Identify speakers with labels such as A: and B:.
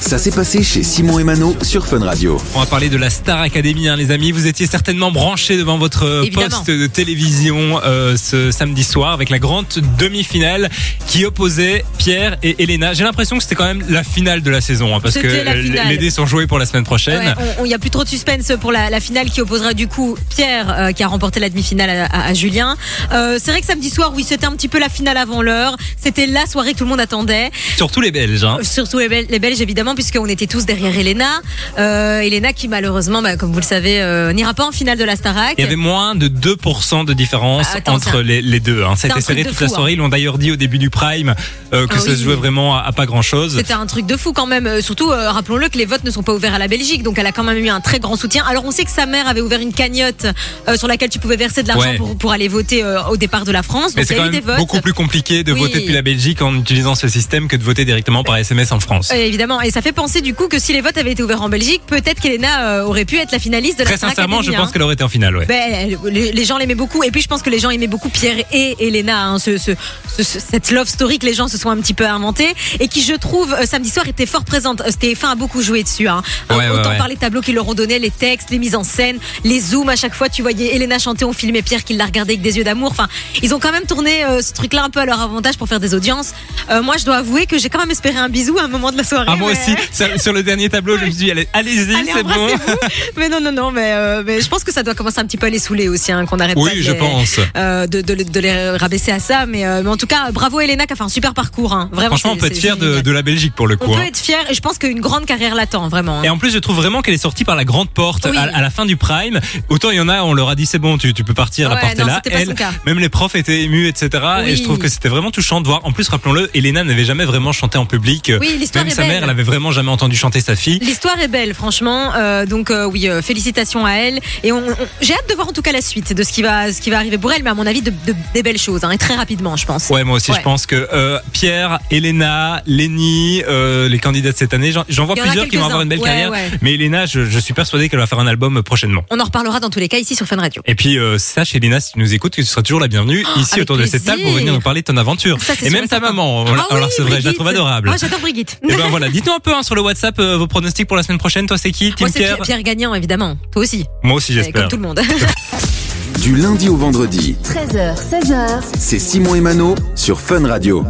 A: Ça s'est passé chez Simon et Mano sur Fun Radio.
B: On va parler de la Star Academy, hein, les amis. Vous étiez certainement branchés devant votre euh,
C: Évidemment.
B: poste de télévision euh, ce samedi soir avec la grande demi-finale qui opposait Pierre et Elena. J'ai l'impression que c'était quand même la finale de la saison hein, parce que
C: C'était la
B: euh,
C: finale.
B: les dés sont joués pour la semaine
C: Il
B: prochaine.
C: n'y a plus trop de suspense pour la, la finale qui opposera du coup Pierre euh, qui a remporté la demi-finale à, à- à Julien. Euh, c'est vrai que samedi soir, oui, c'était un petit peu la finale avant l'heure. C'était la soirée que tout le monde attendait. Euh,
B: Surtout les Belges. hein.
C: Surtout les, Bel- les Belges, évidemment, puisqu'on était tous derrière Elena. Euh, Elena qui, malheureusement, bah, comme vous le savez, euh, n'ira pas en finale de la Starac.
B: Il y avait moins de 2% de différence
C: Ah, attends, c'est
B: entre
C: un-
B: les, les deux. Hein.
C: un
B: C'était
C: truc
B: serré
C: de
B: toute
C: fou,
B: la
C: hein.
B: soirée. Ils l'ont d'ailleurs dit au début du prime euh, que
C: Ah
B: ça
C: oui.
B: se jouait vraiment à, à pas grand-chose.
C: C'était un truc de fou quand même. Euh, Surtout, euh, rappelons-le que les votes ne sont pas ouverts à la Belgique, donc elle a quand même eu un très grand soutien. Alors on sait que sa mère avait ouvert une cagnotte euh, sur laquelle tu pouvais verser de l'argent
B: Ouais.
C: pour, pour aller voter euh, au départ de la France.
B: Mais
C: Donc
B: c'est
C: il y
B: quand
C: a eu des
B: même
C: votes.
B: beaucoup plus compliqué de
C: Oui.
B: voter depuis la Belgique en utilisant ce système que de voter directement par SMS en France.
C: Euh, évidemment, et ça fait penser du coup que si les votes avaient été ouverts en Belgique, peut-être qu'Elena euh, aurait pu être la finaliste de la
B: Très
C: Star
B: sincèrement, je
C: Academy,
B: pense
C: hein.
B: qu'elle aurait été en finale, ouais.
C: Ben, elle- les, les gens l'aimaient beaucoup et puis je pense que les gens aimaient beaucoup Pierre et Elena hein, ce, ce- ce- ce- cette love story que les gens se sont un petit peu inventée et qui je trouve euh, samedi soir était fort présente Euh, TF1 a beaucoup joué dessus hein.
B: Ouais, ouais,
C: autant
B: ouais.
C: par les tableaux qu'ils leur ont donné les textes les mises en scène les zooms à chaque fois tu voyais Elena chanter on filmait Pierre qui la regardait avec des yeux d'amour enfin ils ont quand même tourné euh, ce truc là un peu à leur avantage pour faire des audiences Euh, moi je dois avouer que j'ai quand même espéré un bisou à un moment de la soirée
B: Ah, moi
C: mais-
B: aussi, sur, sur le dernier tableau, je me suis dit, allez- allez-y,
C: Allez,
B: c'est bon.
C: embrassez-vous. Mais non, non, non, mais, euh, mais je pense que ça doit commencer un petit peu à les saouler aussi, hein, qu'on arrête pas de
B: Oui, je
C: les-
B: pense.
C: euh, de, de, de les rabaisser à ça. Mais, euh, mais en tout cas, bravo Elena qui a fait un super parcours. hein. Vraiment,
B: Franchement, on
C: c'est-
B: peut être
C: c'est
B: fier de,
C: génial.
B: de la Belgique pour le
C: On
B: coup.
C: peut
B: hein.
C: être fier et je pense qu'une grande carrière l'attend, vraiment. hein.
B: Et en plus, je trouve vraiment qu'elle est sortie par la grande porte
C: Oui.
B: à, à la fin du prime. Autant il y en a, on leur a dit c'est bon, tu, tu peux partir, la
C: Ouais,
B: porte
C: non,
B: est là.
C: c'était pas son
B: Elle,
C: cas.
B: même les profs étaient émus, etc. Et
C: Oui.
B: je trouve que c'était vraiment touchant de voir. En plus, rappelons-le, Elena n'avait jamais vraiment chanté en public.
C: Oui, l'histoire
B: même
C: est
B: sa
C: belle.
B: mère, elle avait vraiment jamais entendu chanter sa fille.
C: L'histoire est belle, franchement. Euh, donc euh, oui, euh, félicitations à elle. Et on, on- j'ai hâte de voir en tout cas la suite de ce qui va, ce qui va arriver pour elle. Mais à mon avis, de, de- des belles choses, hein, et très rapidement, je pense.
B: Ouais, moi aussi,
C: Ouais.
B: je pense que euh, Pierre, Elena, Lenny, euh, les candidats de cette année, j'en- j'en vois
C: Il y en a
B: plusieurs qui vont
C: quelques-uns.
B: avoir une belle
C: Ouais,
B: carrière.
C: ouais.
B: Mais Elena, je, je suis persuadé qu'elle va faire un album euh, prochainement.
C: On en reparlera dans tous les cas ici sur Fun Radio.
B: Et puis, euh, sache, Elena, si tu nous écoutes, que tu seras toujours la bienvenue ici
C: Oh, avec
B: autour de cette
C: plaisir.
B: table pour venir nous parler de ton aventure.
C: Ça, c'est
B: et
C: sûr
B: même
C: et
B: ta
C: certain.
B: maman.
C: Ah
B: Alors,
C: oui,
B: c'est vrai, je la
C: Brigitte.
B: trouve adorable.
C: Moi, j'adore Brigitte.
B: Et ben voilà, dites-nous un peu hein, sur le WhatsApp euh, vos pronostics pour la semaine prochaine. Toi, c'est qui Team
C: Moi, c'est
B: Pierre
C: Pierre, Pierre Gagnant, évidemment. Toi aussi,
B: Moi aussi,
C: euh,
B: j'espère.
C: comme tout le monde.
A: Du lundi au vendredi,
D: 13h, 16h,
A: c'est Simon et Mano sur Fun Radio.